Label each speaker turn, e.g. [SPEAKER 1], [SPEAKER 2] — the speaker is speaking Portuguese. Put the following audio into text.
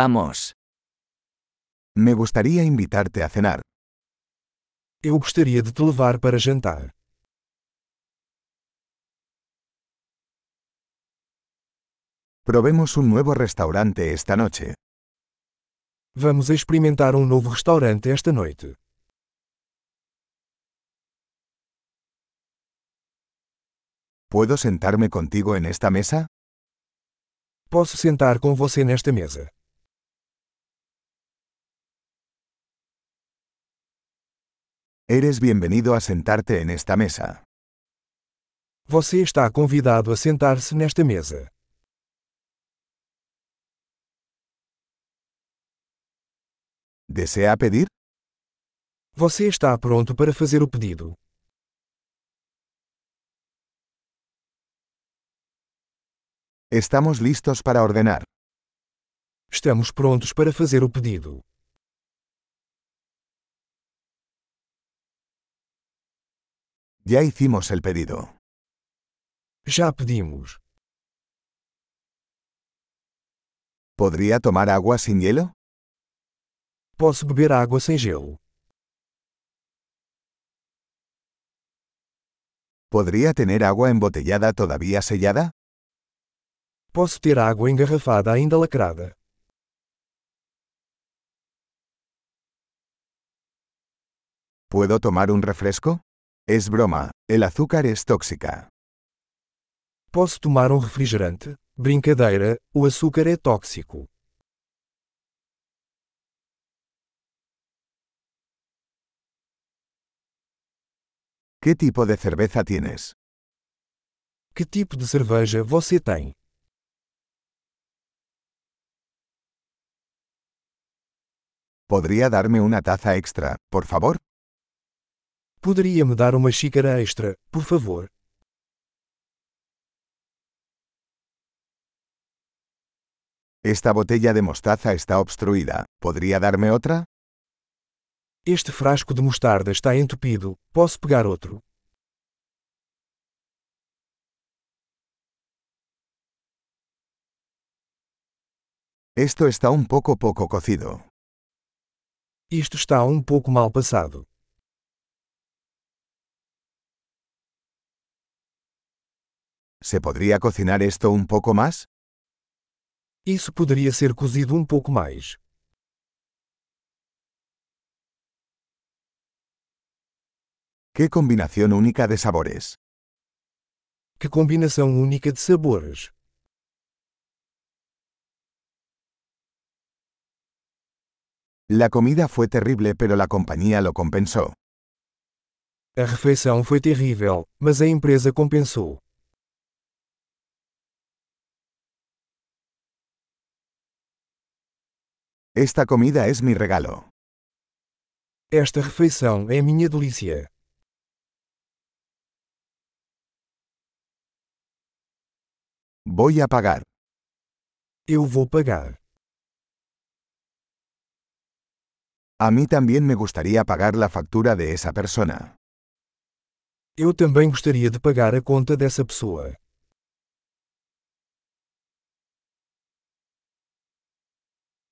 [SPEAKER 1] Vamos.
[SPEAKER 2] Me gustaría invitarte a cenar.
[SPEAKER 3] Eu gostaria de te levar para jantar.
[SPEAKER 2] Probemos un nuevo restaurante esta noche.
[SPEAKER 3] Vamos experimentar um novo restaurante esta noite.
[SPEAKER 2] ¿Puedo sentarme contigo en esta mesa?
[SPEAKER 3] Posso sentar com você nesta mesa.
[SPEAKER 2] Eres bienvenido a sentarte en esta mesa.
[SPEAKER 3] Você está convidado a sentar-se nesta mesa.
[SPEAKER 2] ¿Desea pedir?
[SPEAKER 3] Você está pronto para fazer o pedido.
[SPEAKER 2] Estamos listos para ordenar.
[SPEAKER 3] Estamos prontos para fazer o pedido.
[SPEAKER 2] Ya hicimos el pedido.
[SPEAKER 3] Já pedimos.
[SPEAKER 2] ¿Podría tomar agua sin hielo?
[SPEAKER 3] Posso beber água sem gelo.
[SPEAKER 2] ¿Podría tener agua embotellada todavía sellada?
[SPEAKER 3] Posso ter água engarrafada ainda lacrada.
[SPEAKER 2] ¿Puedo tomar un refresco? Es broma, el azúcar es tóxica.
[SPEAKER 3] Posso tomar um refrigerante? Brincadeira, o açúcar é tóxico.
[SPEAKER 2] ¿Qué tipo de cerveza tienes?
[SPEAKER 3] Que tipo de cerveja você tem?
[SPEAKER 2] ¿Podría darme una taza extra, por favor?
[SPEAKER 3] Poderia me dar uma xícara extra, por favor?
[SPEAKER 2] Esta botella de mostaza está obstruida. ¿Podría darme otra?
[SPEAKER 3] Este frasco de mostarda está entupido. Posso pegar outro?
[SPEAKER 2] Esto está un poco poco cocido.
[SPEAKER 3] Isto está um pouco mal passado.
[SPEAKER 2] ¿Se podría cocinar esto un poco más?
[SPEAKER 3] Isso poderia ser cozido um pouco mais.
[SPEAKER 2] ¡Qué combinación única de sabores!
[SPEAKER 3] Que combinação única de sabores!
[SPEAKER 2] La comida fue terrible pero la compañía lo compensó.
[SPEAKER 3] A refeição foi terrível, mas a empresa compensou.
[SPEAKER 2] Esta comida es mi regalo.
[SPEAKER 3] Esta refeição é minha delícia.
[SPEAKER 2] Voy a pagar.
[SPEAKER 3] Eu vou pagar.
[SPEAKER 2] A mí también me gustaría pagar la factura de esa persona.
[SPEAKER 3] Eu também gostaria de pagar a conta dessa pessoa.